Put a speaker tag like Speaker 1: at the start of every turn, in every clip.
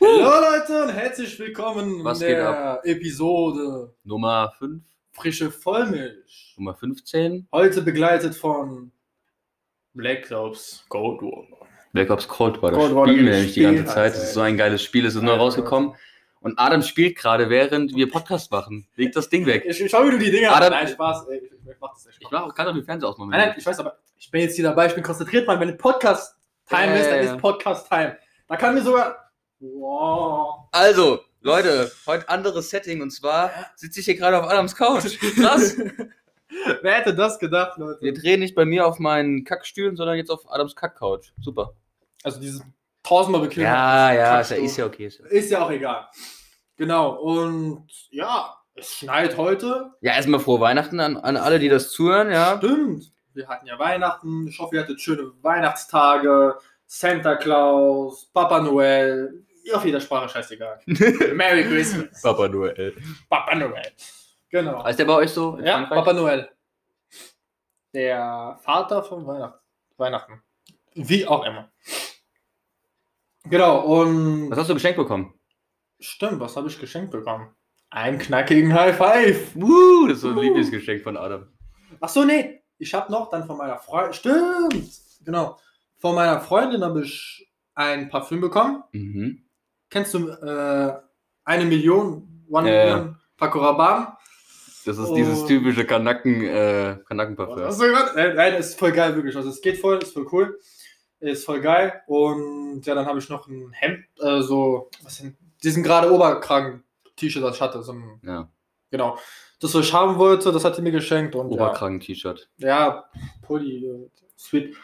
Speaker 1: Hallo Leute und herzlich willkommen
Speaker 2: Was
Speaker 1: in
Speaker 2: geht
Speaker 1: der Episode
Speaker 2: Nummer 5,
Speaker 1: Frische Vollmilch.
Speaker 2: Nummer 15.
Speaker 1: Heute begleitet von Black Ops Gold War.
Speaker 2: Black Ops Cold war das
Speaker 1: Cold War,
Speaker 2: Spiel
Speaker 1: das
Speaker 2: nämlich die
Speaker 1: Spiel,
Speaker 2: ganze Zeit.
Speaker 1: Alter,
Speaker 2: Es
Speaker 1: ey.
Speaker 2: ist so ein geiles Spiel, es ist nur
Speaker 1: Alter.
Speaker 2: rausgekommen. Und Adam spielt gerade, während wir Podcast machen. Legt das Ding weg.
Speaker 1: Ich, ich schau, wie du die Dinger
Speaker 2: Adam-
Speaker 1: Nein, Spaß, ey. Ich, ich mach das echt
Speaker 2: Ich
Speaker 1: Spaß.
Speaker 2: mach, kann doch den Fernseher ausmachen.
Speaker 1: Nein, nein, ich weiß, aber ich bin jetzt hier dabei, ich bin konzentriert, Mann. Wenn Podcast-Time
Speaker 2: Ja,
Speaker 1: ist, dann
Speaker 2: ja, ja.
Speaker 1: ist Podcast-Time. Da kann mir sogar. Wow.
Speaker 2: Also, Leute, heute anderes Setting. Und zwar sitze ich hier gerade auf Adams Couch. Krass.
Speaker 1: Wer hätte das gedacht, Leute?
Speaker 2: Wir drehen nicht bei mir auf meinen Kackstühlen, sondern jetzt auf Adams Kackcouch. Super.
Speaker 1: Also, dieses tausendmal bequem.
Speaker 2: Ja, ja, ist ja,
Speaker 1: Kackstuhl.
Speaker 2: ist ja okay. Ist ja.
Speaker 1: Ist ja auch egal. Genau, und ja, es schneit heute.
Speaker 2: ja, erstmal frohe Weihnachten an, an alle, die das zuhören, ja.
Speaker 1: Stimmt. Wir hatten ja Weihnachten. Ich hoffe, ihr hattet schöne Weihnachtstage. Santa Claus, Papa Noel. Auf jeder Sprache scheißegal. Merry Christmas.
Speaker 2: Papa Noel.
Speaker 1: Papa Noel. Genau.
Speaker 2: Ist der bei euch so? Also in
Speaker 1: Ja,
Speaker 2: Frankreich?
Speaker 1: Papa Noel. Der Vater von Weihnachten. Weihnachten. Wie auch immer. Genau, und.
Speaker 2: Was hast du geschenkt bekommen?
Speaker 1: Stimmt, was habe ich geschenkt bekommen? Einen knackigen High Five.
Speaker 2: Wuh, das ist so ein
Speaker 1: Wuh.
Speaker 2: Lieblingsgeschenk von Adam.
Speaker 1: Ach so, nee. Ich habe noch dann von meiner Freundin. Stimmt. Genau. Von meiner Freundin habe ich ein Parfüm bekommen.
Speaker 2: Mhm.
Speaker 1: Kennst du äh, eine Million, One
Speaker 2: Ja, ja.
Speaker 1: Million, Paco Rabanne?
Speaker 2: Das ist
Speaker 1: Oh.
Speaker 2: dieses typische Kanacken, äh, Kanackenparfüm.
Speaker 1: Hast du gehört? Nein, nein, ist voll geil, wirklich. Also es geht voll, ist voll cool. Ist voll geil. Und ja, dann habe ich noch ein Hemd, äh, so, was denn? Diesen gerade Oberkragen-T-Shirt, das ich hatte. So ein,
Speaker 2: Ja,
Speaker 1: genau. Das, was ich haben wollte, das hat sie mir geschenkt. Und, ja.
Speaker 2: Oberkragen-T-Shirt.
Speaker 1: Ja, Pulli, äh, sweet.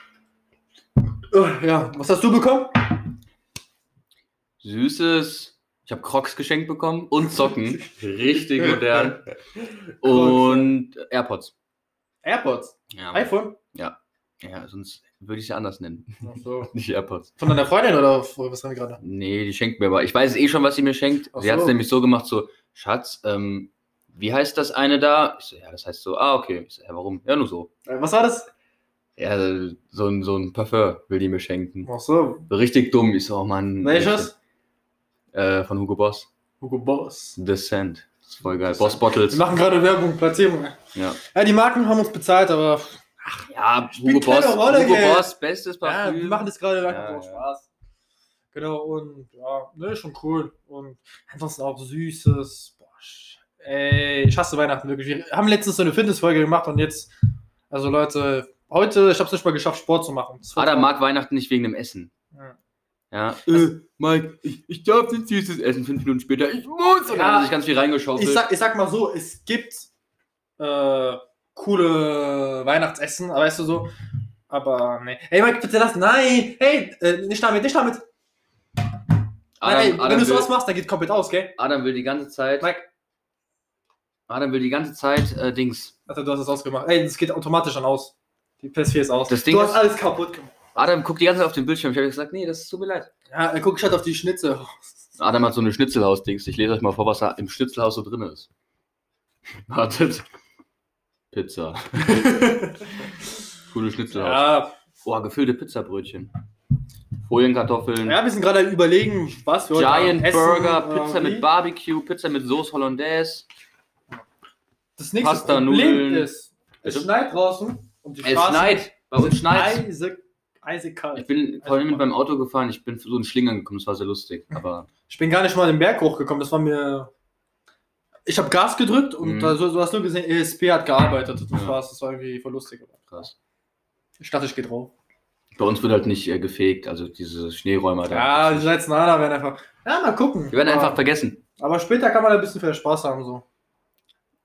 Speaker 1: Äh, Ja, was hast du bekommen?
Speaker 2: Süßes. Ich habe Crocs geschenkt bekommen und Socken. Richtig modern. Und AirPods.
Speaker 1: AirPods.
Speaker 2: Ja,
Speaker 1: iPhone.
Speaker 2: ja sonst würde ich sie anders nennen.
Speaker 1: Ach so.
Speaker 2: Nicht AirPods.
Speaker 1: Von deiner Freundin oder von- was haben wir gerade?
Speaker 2: Nee, die schenkt mir aber. Ich weiß eh schon, was sie mir schenkt.
Speaker 1: Ach
Speaker 2: sie hat es
Speaker 1: so.
Speaker 2: nämlich so gemacht, so, Schatz, ähm, wie heißt das eine da? Ich so, ja, das heißt so, ah, okay. Ich so, ja, warum? Ja, nur so.
Speaker 1: Äh, Was war das?
Speaker 2: Ja, so ein, so ein Parfum will die mir schenken.
Speaker 1: Ach so.
Speaker 2: Richtig dumm. Ich so, oh Mann.
Speaker 1: Welches?
Speaker 2: Äh, von Hugo Boss.
Speaker 1: Hugo Boss.
Speaker 2: The Sand. Das ist voll geil.
Speaker 1: The
Speaker 2: Boss
Speaker 1: Scent.
Speaker 2: Bottles.
Speaker 1: Wir machen gerade Werbung, Platzierung.
Speaker 2: Ja,
Speaker 1: Ja, die Marken haben uns bezahlt, aber
Speaker 2: ja
Speaker 1: Spielt
Speaker 2: Hugo
Speaker 1: keine
Speaker 2: Boss.
Speaker 1: Rolle,
Speaker 2: Hugo
Speaker 1: gell?
Speaker 2: Boss, bestes
Speaker 1: ja,
Speaker 2: Parfüm.
Speaker 1: wir machen das gerade, macht
Speaker 2: Ja,
Speaker 1: auch
Speaker 2: ja.
Speaker 1: Spaß. Genau, und ja, ne, schon cool. Und ansonsten auch Süßes. Boah, sch- ey, ich hasse Weihnachten wirklich. Wir haben letztens so eine Fitnessfolge gemacht und jetzt, also Leute, heute, ich hab's nicht mal geschafft, Sport zu machen. Das war-
Speaker 2: Adam mag Weihnachten nicht wegen dem Essen.
Speaker 1: Ja.
Speaker 2: Ja. Äh, Mike, ich, ich darf nicht süßes Essen. Fünf Minuten später, ich muss.
Speaker 1: Ja.
Speaker 2: Und dann hat sich ganz viel reingeschaufelt.
Speaker 1: Ich sag, ich sag mal so, es gibt äh, coole Weihnachtsessen, weißt du so. Aber nee. Hey Mike, bitte das. Nein! Hey, äh, nicht damit, nicht damit!
Speaker 2: Adam,
Speaker 1: nein, nein, wenn
Speaker 2: Adam,
Speaker 1: du sowas
Speaker 2: will,
Speaker 1: machst, dann geht komplett aus, gell?
Speaker 2: Adam will die ganze Zeit.
Speaker 1: Mike.
Speaker 2: Adam will die ganze Zeit äh, Dings.
Speaker 1: Alter, du hast es ausgemacht. Ey, das geht automatisch dann aus. Die PS4 ist aus.
Speaker 2: Das Ding
Speaker 1: du
Speaker 2: ist-
Speaker 1: hast alles kaputt gemacht.
Speaker 2: Adam guckt die ganze Zeit auf den Bildschirm. Ich habe gesagt, nee, das tut mir leid.
Speaker 1: Ja, dann guck ich halt auf die Schnitze.
Speaker 2: Adam hat Ah, so eine Schnitzelhaus-Dings. Ich lese euch mal vor, was da im Schnitzelhaus so drin ist. Wartet. Pizza. Coole Schnitzelhaus.
Speaker 1: ja,
Speaker 2: Boah, gefüllte Pizzabrötchen. Folienkartoffeln.
Speaker 1: ja, wir sind gerade überlegen, was wir
Speaker 2: Giant
Speaker 1: Abend essen,
Speaker 2: Burger,
Speaker 1: äh,
Speaker 2: Pizza
Speaker 1: wie.
Speaker 2: mit Barbecue, Pizza mit Soße Hollandaise.
Speaker 1: Das nächste
Speaker 2: Pasta,
Speaker 1: Problem
Speaker 2: Nudeln.
Speaker 1: ist, es
Speaker 2: Bitte?
Speaker 1: schneit draußen und die
Speaker 2: Es schneit. Bei uns schneit.
Speaker 1: eisig, eisig
Speaker 2: Ich
Speaker 1: kalt.
Speaker 2: bin vorhin mit meinem Auto gefahren. Ich bin für so einen Schlingern gekommen. Das war sehr lustig. Aber
Speaker 1: Ich bin gar nicht mal den Berg hochgekommen, das war mir... Ich habe Gas gedrückt und
Speaker 2: Mhm.
Speaker 1: da, so, du hast nur gesehen, ESP hat gearbeitet. Das
Speaker 2: Ja.
Speaker 1: war's, das war irgendwie voll lustig.
Speaker 2: krass.
Speaker 1: Ich dachte, ich gehe drauf.
Speaker 2: Bei uns wird halt nicht äh, gefegt. Also diese Schneeräumer da.
Speaker 1: Ja, die letzten Adler werden einfach... Ja, mal gucken.
Speaker 2: Die werden
Speaker 1: Aber-
Speaker 2: einfach vergessen.
Speaker 1: Aber später kann man ein bisschen viel Spaß haben, so.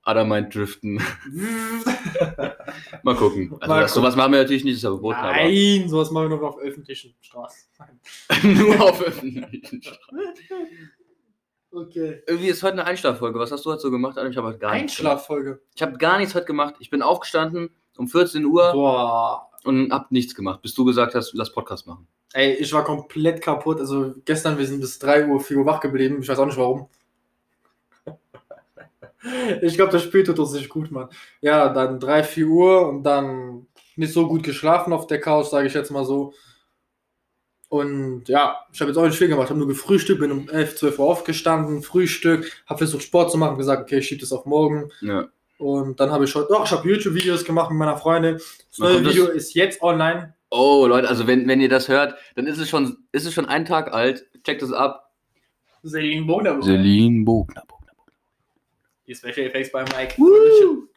Speaker 2: Adam meint Driften. Mal gucken. Also
Speaker 1: Mal
Speaker 2: das,
Speaker 1: gucken.
Speaker 2: sowas machen wir natürlich nicht, das ist ja verboten, aber
Speaker 1: Nein, sowas machen wir nur auf öffentlichen Straßen. Nein.
Speaker 2: nur auf öffentlichen Straßen.
Speaker 1: Okay.
Speaker 2: Irgendwie ist heute eine Einschlaffolge. Was hast du heute so gemacht? Adam? Ich habe heute gar nichts gemacht.
Speaker 1: Einschlaffolge.
Speaker 2: Ich habe gar nichts heute gemacht. Ich bin aufgestanden um 14 Uhr
Speaker 1: Boah.
Speaker 2: und habe nichts gemacht, bis du gesagt hast, lass Podcast machen.
Speaker 1: Ey, ich war komplett kaputt. Also gestern, wir sind bis 3 Uhr, 4 Uhr wach geblieben. Ich weiß auch nicht warum. Ich glaube, das Spiel tut uns nicht gut, Mann. Ja, dann 3, 4 Uhr und dann nicht so gut geschlafen auf der Couch, sage ich jetzt mal so. Und ja, ich habe jetzt auch nicht viel gemacht. habe nur gefrühstückt, bin um 11, 12 Uhr aufgestanden, Frühstück, habe versucht Sport zu machen, gesagt, okay, ich schiebe das auf morgen.
Speaker 2: Ja.
Speaker 1: Und dann habe ich heute, doch, ich habe YouTube-Videos gemacht mit meiner Freundin. Das
Speaker 2: Wann
Speaker 1: neue
Speaker 2: kommt das?
Speaker 1: Video ist jetzt online.
Speaker 2: Oh, Leute, also wenn, wenn ihr das hört, dann ist es schon, ist es schon ein Tag alt. Checkt es ab.
Speaker 1: Selin Bohner.
Speaker 2: Selin Bogner.
Speaker 1: Die Special Effects bei Mike.
Speaker 2: Woo!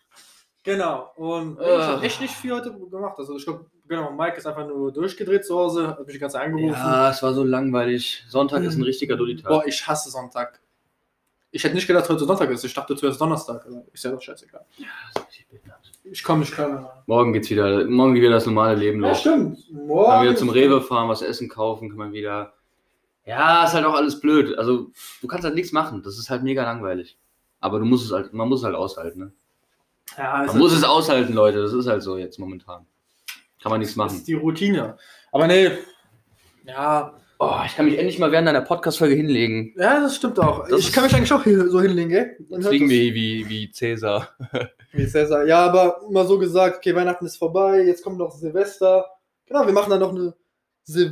Speaker 1: Genau. Und ich
Speaker 2: Ah.
Speaker 1: habe echt nicht viel heute gemacht. Also ich glaube, genau, Mike ist einfach nur durchgedreht zu Hause, hat mich die ganze Zeit angerufen. Hm.
Speaker 2: Ja, es war so langweilig. Sonntag ist ein richtiger Dulli-Tag.
Speaker 1: Boah, ich hasse Sonntag. Ich hätte nicht gedacht, heute Sonntag ist. Ich dachte zuerst Donnerstag. Aber ist ja doch scheißegal. Ich komme nicht klar.
Speaker 2: Morgen geht's wieder, morgen geht wieder das normale Leben
Speaker 1: Ja,
Speaker 2: los.
Speaker 1: stimmt. Morgen.
Speaker 2: Kann man wieder zum Rewe fahren, was essen kaufen, kann man wieder. Ja, ist halt auch alles blöd. Also, du kannst halt nichts machen. Das ist halt mega langweilig. Aber du musst es halt, man muss es halt aushalten, ne?
Speaker 1: Ja, also es
Speaker 2: Man muss es aushalten, Leute. Das ist halt so jetzt momentan. Kann man nichts
Speaker 1: ist,
Speaker 2: machen.
Speaker 1: ist die Routine. Aber nee. Ja,
Speaker 2: Oh, ich kann mich endlich mal während deiner Podcast-Folge hinlegen.
Speaker 1: ja, das stimmt auch.
Speaker 2: Das
Speaker 1: ich
Speaker 2: ist-
Speaker 1: kann mich eigentlich auch hier so hinlegen, gell? Man
Speaker 2: Jetzt
Speaker 1: hört
Speaker 2: liegen
Speaker 1: das.
Speaker 2: wir hier wie, wie Cäsar.
Speaker 1: Wie Cäsar. Ja, aber mal so gesagt, okay, Weihnachten ist vorbei, jetzt kommt noch Silvester. Genau, wir machen dann noch eine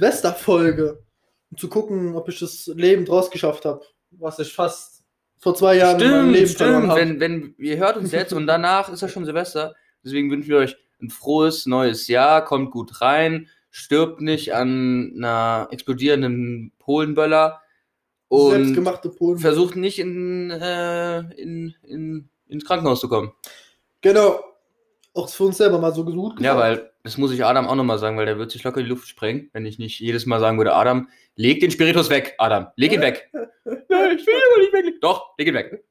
Speaker 1: Silvesterfolge, um zu gucken, ob ich das Leben draus geschafft habe, was ich fast vor zwei Jahren in meinem Leben verloren habe.
Speaker 2: Wenn, wenn ihr hört uns jetzt und danach ist ja schon Silvester. Deswegen wünschen wir euch ein frohes neues Jahr. Kommt gut rein. Stirbt nicht an einer explodierenden Polenböller. Und
Speaker 1: Selbstgemachte Polen.
Speaker 2: versucht nicht in, äh, in, in, ins Krankenhaus zu kommen.
Speaker 1: Genau. Auch für uns selber mal so gesucht.
Speaker 2: Ja, weil das muss ich Adam auch nochmal sagen, weil der wird sich locker die Luft sprengen, wenn ich nicht jedes Mal sagen würde, Adam, leg den Spiritus weg, Adam, leg ihn weg. Nein, ich will ihn aber nicht weglegen. Doch, leg ihn weg.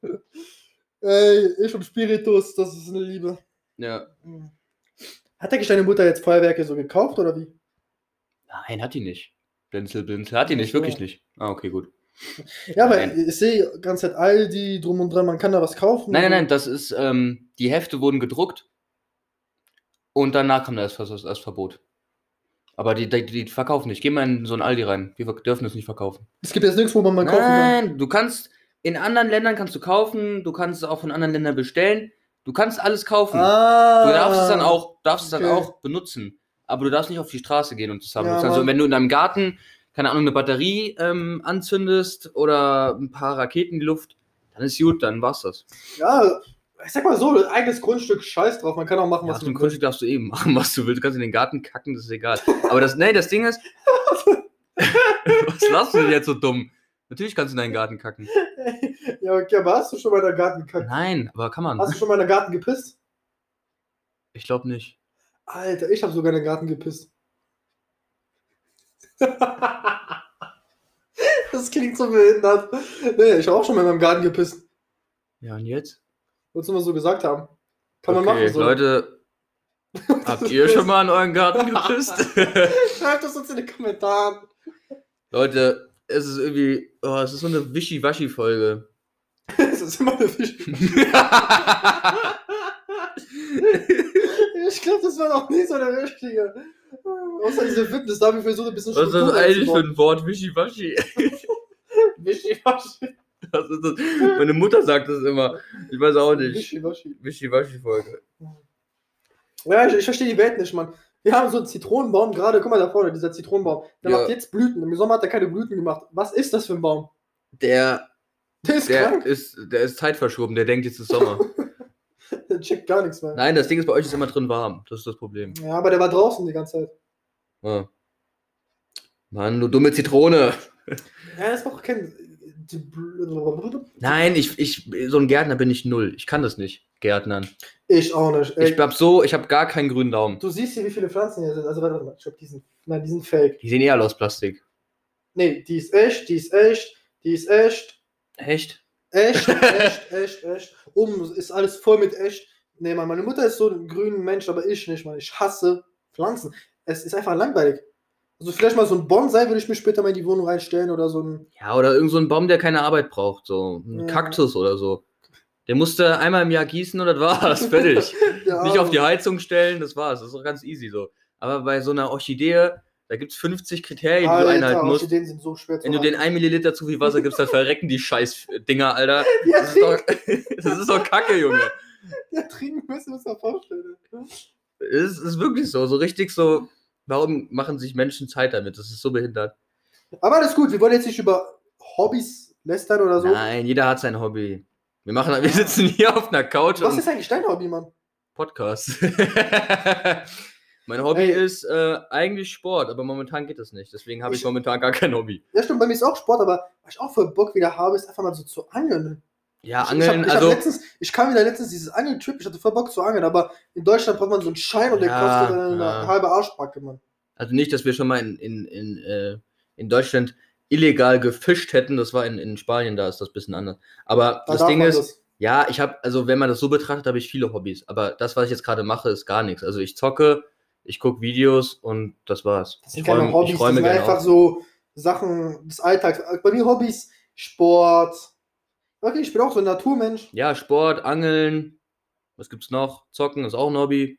Speaker 1: Ey, ich und Spiritus, das ist eine Liebe.
Speaker 2: Ja.
Speaker 1: Hat eigentlich deine Mutter jetzt Feuerwerke so gekauft oder wie?
Speaker 2: Nein, hat die nicht. Blinzel, blinzel, hat die nicht, wirklich nicht. Ah, okay, gut.
Speaker 1: Ja, weil
Speaker 2: Nein.
Speaker 1: ich sehe die ganze Zeit Aldi drum und dran, man kann da was kaufen.
Speaker 2: Nein, nein, nein, das ist, ähm, die Hefte wurden gedruckt und danach kam das, das, das Verbot. Aber die, die, die verkaufen nicht. Geh mal in so ein Aldi rein. Wir dürfen das nicht verkaufen.
Speaker 1: Es gibt jetzt nirgends, wo man mal kaufen kann.
Speaker 2: Nein, du kannst in anderen Ländern kannst du kaufen, du kannst es auch von anderen Ländern bestellen, du kannst alles kaufen.
Speaker 1: Ah.
Speaker 2: du darfst es dann auch, darfst es dann
Speaker 1: okay.
Speaker 2: auch benutzen, aber du darfst nicht auf die Straße gehen und es haben.
Speaker 1: Ja,
Speaker 2: also
Speaker 1: Mann.
Speaker 2: wenn du in deinem Garten keine Ahnung eine Batterie ähm, anzündest oder ein paar Raketen in die Luft, dann ist gut, dann war's das.
Speaker 1: Ja, ich sag mal so, eigenes Grundstück, scheiß drauf, man kann auch machen,
Speaker 2: Ja,
Speaker 1: was
Speaker 2: auf dem
Speaker 1: man
Speaker 2: Grundstück darfst du eben machen, was du willst. Du kannst in den Garten kacken, das ist egal. Aber das, nee, das Ding ist, was lachst du denn jetzt so dumm? Natürlich kannst du in deinen Garten kacken.
Speaker 1: will. Ja, okay, aber hast du schon mal in deinen Garten gekackt?
Speaker 2: Nein, aber kann man.
Speaker 1: Hast du schon mal in deinen Garten gepisst?
Speaker 2: Ich glaube nicht.
Speaker 1: Alter, ich habe sogar in den Garten gepisst. das klingt so behindert. Nee, ich habe auch schon mal in meinem Garten gepisst.
Speaker 2: Ja, und jetzt?
Speaker 1: Wolltest du mal so gesagt haben. Kann man machen so.
Speaker 2: Leute, habt ihr schon mal in euren Garten gepisst?
Speaker 1: Schreibt das uns in den Kommentaren.
Speaker 2: Leute, es ist irgendwie, oh, es ist so eine Wischi-Waschi-Folge.
Speaker 1: Das ist immer eine Fisch. Ich glaube, das war noch nie so der richtige. Außer diese Fitness, da habe ich versucht, ein bisschen
Speaker 2: Was ist das
Speaker 1: Struktur
Speaker 2: eigentlich für
Speaker 1: einzubauen.
Speaker 2: ein Wort, Wischi-Waschi?
Speaker 1: Wischiwaschi.
Speaker 2: Was ist das? Meine Mutter sagt das immer. Ich weiß auch nicht.
Speaker 1: Wischiwaschi.
Speaker 2: Wischi-Waschi-Folge.
Speaker 1: Ja, ich, ich verstehe die Welt nicht, Mann. Wir haben so einen Zitronenbaum gerade, guck mal da vorne, dieser Zitronenbaum. Der
Speaker 2: Ja.
Speaker 1: macht jetzt Blüten. Im Sommer hat er keine Blüten gemacht. Was ist das für ein Baum?
Speaker 2: Der,
Speaker 1: Der ist
Speaker 2: der,
Speaker 1: krank.
Speaker 2: ist, der ist zeitverschoben, der denkt, jetzt ist Sommer.
Speaker 1: Der checkt gar nichts mehr.
Speaker 2: Nein, das Ding ist, bei euch ist immer drin warm. Das ist das Problem.
Speaker 1: Ja, aber der war draußen die ganze Zeit.
Speaker 2: Ah. Mann, du dumme Zitrone.
Speaker 1: Ja, das braucht kein. die Bl-
Speaker 2: Nein, ich, ich, so ein Gärtner bin ich null. Ich kann das nicht, Gärtnern.
Speaker 1: Ich auch nicht. Ey,
Speaker 2: Ich hab so, ich hab gar keinen grünen Daumen.
Speaker 1: du siehst hier, wie viele Pflanzen hier sind. Also, warte mal, ich glaube, die sind. Nein, die sind fake.
Speaker 2: Die sehen eher alle aus Plastik.
Speaker 1: Nee, die ist echt, die ist echt, die ist echt.
Speaker 2: Echt?
Speaker 1: Echt, echt, echt, echt. Oben ist alles voll mit echt. Nee, Mann, meine Mutter ist so ein grüner Mensch, aber ich nicht, Mann. Ich hasse Pflanzen. Es ist einfach langweilig. Also vielleicht mal so ein Bonsai würde ich mir später mal in die Wohnung reinstellen oder so ein.
Speaker 2: Ja, oder irgend so ein Baum, der keine Arbeit braucht. So ein
Speaker 1: Ja.
Speaker 2: Kaktus oder so. Der musste einmal im Jahr gießen und das war's. Fertig.
Speaker 1: Ja,
Speaker 2: Nicht auf die Heizung stellen, das war's. Das ist doch ganz easy so. Aber bei so einer Orchidee, da gibt's 50 Kriterien, die du
Speaker 1: Alter,
Speaker 2: einhalten musst.
Speaker 1: Orchideen sind so schwer zu
Speaker 2: Wenn du den
Speaker 1: halten.
Speaker 2: 1 Milliliter zu viel Wasser gibst, dann verrecken die scheiß Dinger, Alter.
Speaker 1: ja,
Speaker 2: Das ist doch,
Speaker 1: trinken,
Speaker 2: das ist doch Kacke, Junge.
Speaker 1: ja, trinken müssen wir uns mal vorstellen.
Speaker 2: Es ist wirklich so, so richtig so Warum machen sich Menschen Zeit damit? Das ist so behindert.
Speaker 1: Aber alles gut, wir wollen jetzt nicht über Hobbys lästern oder so.
Speaker 2: Nein, jeder hat sein Hobby. Wir, machen, wir sitzen hier auf einer Couch
Speaker 1: Was
Speaker 2: und
Speaker 1: ist eigentlich dein Hobby, Mann?
Speaker 2: Podcast. mein Hobby
Speaker 1: Ey.
Speaker 2: ist äh, eigentlich Sport, aber momentan geht das nicht. Deswegen habe ich,
Speaker 1: Ich-
Speaker 2: momentan gar kein Hobby.
Speaker 1: Ja, stimmt, bei mir ist auch Sport, aber was ich auch voll Bock wieder habe, ist einfach mal so zu angeln.
Speaker 2: Ja,
Speaker 1: ich,
Speaker 2: Angeln,
Speaker 1: ich hab, ich
Speaker 2: also.
Speaker 1: Hab letztens, ich kam wieder letztens dieses Angeln-Trip, ich hatte voll Bock zu angeln, aber in Deutschland braucht man so einen Schein und der
Speaker 2: Ja,
Speaker 1: kostet dann eine
Speaker 2: ja.
Speaker 1: halbe Arschbacke, Mann.
Speaker 2: Also nicht, dass wir schon mal in, in, in, äh, in Deutschland illegal gefischt hätten. Das war in, in Spanien, da ist das ein bisschen anders. Aber
Speaker 1: Da
Speaker 2: das
Speaker 1: darf
Speaker 2: Ding
Speaker 1: man
Speaker 2: ist,
Speaker 1: das.
Speaker 2: ja, ich habe, also wenn man das so betrachtet, habe ich viele Hobbys. Aber das, was ich jetzt gerade mache, ist gar nichts. Also ich zocke, ich gucke Videos und das war's.
Speaker 1: Das sind
Speaker 2: Ich
Speaker 1: keine
Speaker 2: räume,
Speaker 1: Hobbys,
Speaker 2: ich räume
Speaker 1: das sind
Speaker 2: gerne
Speaker 1: einfach
Speaker 2: auf.
Speaker 1: so Sachen des Alltags. Bei mir Hobbys, Sport. Okay, ich bin auch so ein Naturmensch.
Speaker 2: Ja, Sport, Angeln. Was gibt's noch? Zocken ist auch ein Hobby.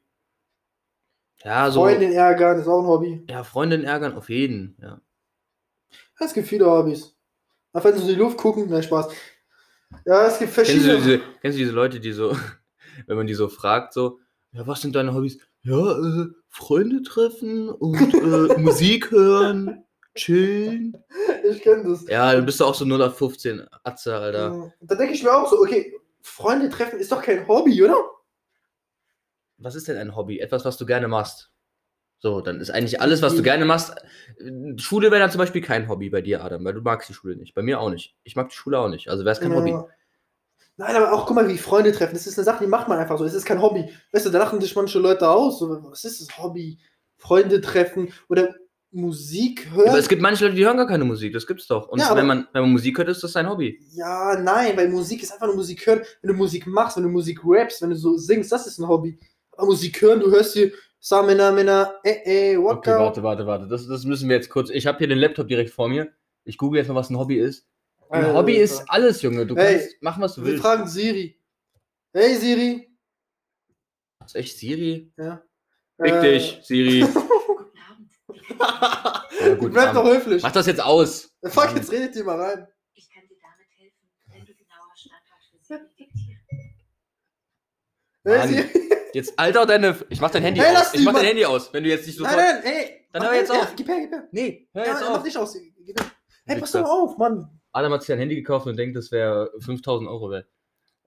Speaker 2: Ja, so.
Speaker 1: Freundin ärgern ist auch ein Hobby.
Speaker 2: Ja, Freundin ärgern, auf jeden. Ja.
Speaker 1: Ja, Es gibt viele Hobbys. Einfach so in die Luft gucken, nein, Spaß. Ja, es gibt
Speaker 2: Kennst
Speaker 1: verschiedene.
Speaker 2: du, diese, kennst du diese Leute, die so, wenn man die so fragt, so, ja, was sind deine Hobbys? Ja, äh, Freunde treffen und äh, Musik hören, chillen.
Speaker 1: ich kenne das.
Speaker 2: Ja, dann bist du auch so 0815 Atze, Alter.
Speaker 1: Ähm, Da denke ich mir auch so, okay, Freunde treffen ist doch kein Hobby, oder?
Speaker 2: Was ist denn ein Hobby? Etwas, was du gerne machst. So, dann ist eigentlich alles, was du gerne machst. äh, Schule wäre dann zum Beispiel kein Hobby bei dir, Adam, weil du magst die Schule nicht. Bei mir auch nicht. Ich mag die Schule auch nicht. Also wäre es kein
Speaker 1: Ja.
Speaker 2: Hobby.
Speaker 1: Nein, aber auch guck mal, wie Freunde treffen. Das ist eine Sache, die macht man einfach so. Es ist kein Hobby. Weißt du, da lachen sich manche Leute aus. So, was ist das Hobby? Freunde treffen oder Musik hören?
Speaker 2: Aber es gibt manche Leute, die hören gar keine Musik. Das gibt's doch. Und
Speaker 1: Ja, aber-
Speaker 2: wenn, man, wenn man Musik hört, ist das sein Hobby.
Speaker 1: Ja, nein, weil Musik ist einfach nur Musik hören. Wenn du Musik machst, wenn du Musik rappst, wenn du so singst, das ist ein Hobby. Aber Musik hören, du hörst hier Samena, Mena, eh, eh,
Speaker 2: Okay,
Speaker 1: Waka.
Speaker 2: warte, warte, warte. Das, das müssen wir jetzt kurz. Ich habe hier den Laptop direkt vor mir. Ich google jetzt mal, was ein Hobby ist. Ein
Speaker 1: Alter.
Speaker 2: Hobby ist alles, Junge. Du
Speaker 1: Ey,
Speaker 2: kannst machen, was du
Speaker 1: Wir
Speaker 2: willst.
Speaker 1: fragen Siri. Hey Siri.
Speaker 2: Ist echt Siri?
Speaker 1: Ja.
Speaker 2: Fick
Speaker 1: Äh,
Speaker 2: dich, Siri.
Speaker 3: Guten Abend.
Speaker 2: Ja,
Speaker 1: Du
Speaker 2: guten
Speaker 1: bleibst doch
Speaker 2: Abend.
Speaker 1: höflich.
Speaker 2: Mach das jetzt aus.
Speaker 1: Fuck, jetzt redet die mal rein.
Speaker 3: Ich kann dir damit helfen, wenn du genauer Standort für sie diktieren.
Speaker 1: Hey
Speaker 2: Mann.
Speaker 1: Siri.
Speaker 2: Jetzt alter deine. F ich mach dein Handy
Speaker 1: Hey, lass
Speaker 2: aus. Ich
Speaker 1: die
Speaker 2: mach dein
Speaker 1: mal-
Speaker 2: Handy aus, wenn du jetzt nicht
Speaker 1: Nein,
Speaker 2: sofort.
Speaker 1: nein, ey.
Speaker 2: Dann
Speaker 1: Mach
Speaker 2: hör jetzt
Speaker 1: her,
Speaker 2: auf.
Speaker 1: Gib her, gib her.
Speaker 2: Nee, hör
Speaker 1: Ja,
Speaker 2: jetzt
Speaker 1: mach
Speaker 2: auf.
Speaker 1: dich aus. Siri. Gib her. Hey, pass
Speaker 2: Wichser.
Speaker 1: doch mal auf, Mann.
Speaker 2: Adam hat sich ein Handy gekauft und denkt, das wäre 5000 Euro wert.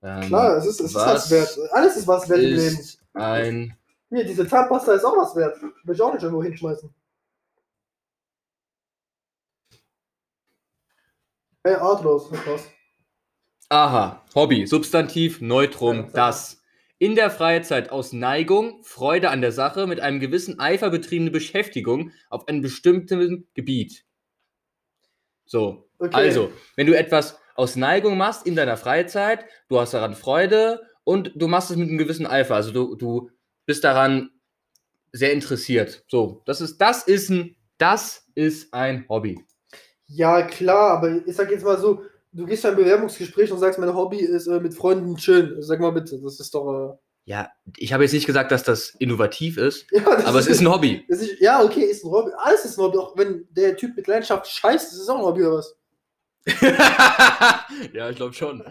Speaker 2: Ähm,
Speaker 1: Klar, es ist, es ist
Speaker 2: was
Speaker 1: was wert. Alles ist was wert im Leben.
Speaker 2: Ist ein.
Speaker 1: Hier, diese Zahnpasta ist auch was wert. Will ich auch nicht irgendwo hinschmeißen. Ey, artlos. was war's?
Speaker 2: Aha, Hobby, Substantiv,
Speaker 1: Ja,
Speaker 2: Neutrum,
Speaker 1: das-
Speaker 2: das. In der Freizeit aus Neigung, Freude an der Sache, mit einem gewissen Eifer betriebene Beschäftigung auf einem bestimmten Gebiet. So,
Speaker 1: Okay.
Speaker 2: also, wenn du etwas aus Neigung machst in deiner Freizeit, du hast daran Freude und du machst es mit einem gewissen Eifer. Also du, du bist daran sehr interessiert. So, das ist, das ist ein, das ist ein Hobby.
Speaker 1: Ja, klar, aber ich sag jetzt mal so, du gehst ja ein Bewerbungsgespräch und sagst, mein Hobby ist äh, mit Freunden chillen. Sag mal bitte, das ist doch.
Speaker 2: Ja, ich habe jetzt nicht gesagt, dass das innovativ ist,
Speaker 1: Äh, ja, das
Speaker 2: aber es ist ein Hobby.
Speaker 1: das ist- ja, okay, ist ein Hobby. Alles ist ein Hobby, auch wenn der Typ mit Leidenschaft scheißt, ist es auch ein Hobby oder was?
Speaker 2: ja, ich glaube schon.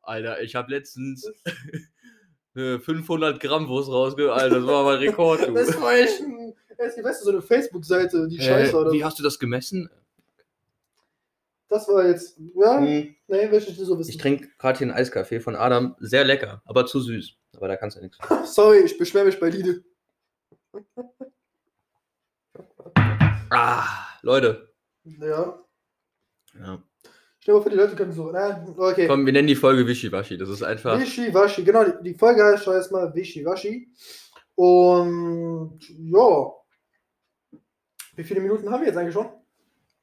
Speaker 2: Alter, ich habe letztens äh, 500 Gramm Wurst rausge... Alter, das war mein Rekord, du.
Speaker 1: Das ist doch echt ein. Es gibt weißt du, so eine Facebook-Seite, die
Speaker 2: Äh,
Speaker 1: scheiße oder
Speaker 2: wie
Speaker 1: so.
Speaker 2: hast du das gemessen?
Speaker 1: Das war jetzt. Ja,
Speaker 2: Ähm,
Speaker 1: nee, will ich nicht so wissen.
Speaker 2: Hm. Ich trinke gerade hier einen Eiskaffee von Adam. Sehr lecker, aber zu süß. Aber da kannst du nichts.
Speaker 1: Sorry, ich beschwere mich bei Lidl.
Speaker 2: Ah, Leute.
Speaker 1: Ja.
Speaker 2: Ja.
Speaker 1: Stell dir mal vor, die Leute können so. Na, okay.
Speaker 2: Komm, wir nennen die Folge Wischiwaschi. Das ist einfach...
Speaker 1: Wischiwaschi, genau, die, die Folge heißt schon erstmal Wischiwaschi. Und ja. Wie viele Minuten haben wir jetzt eigentlich schon?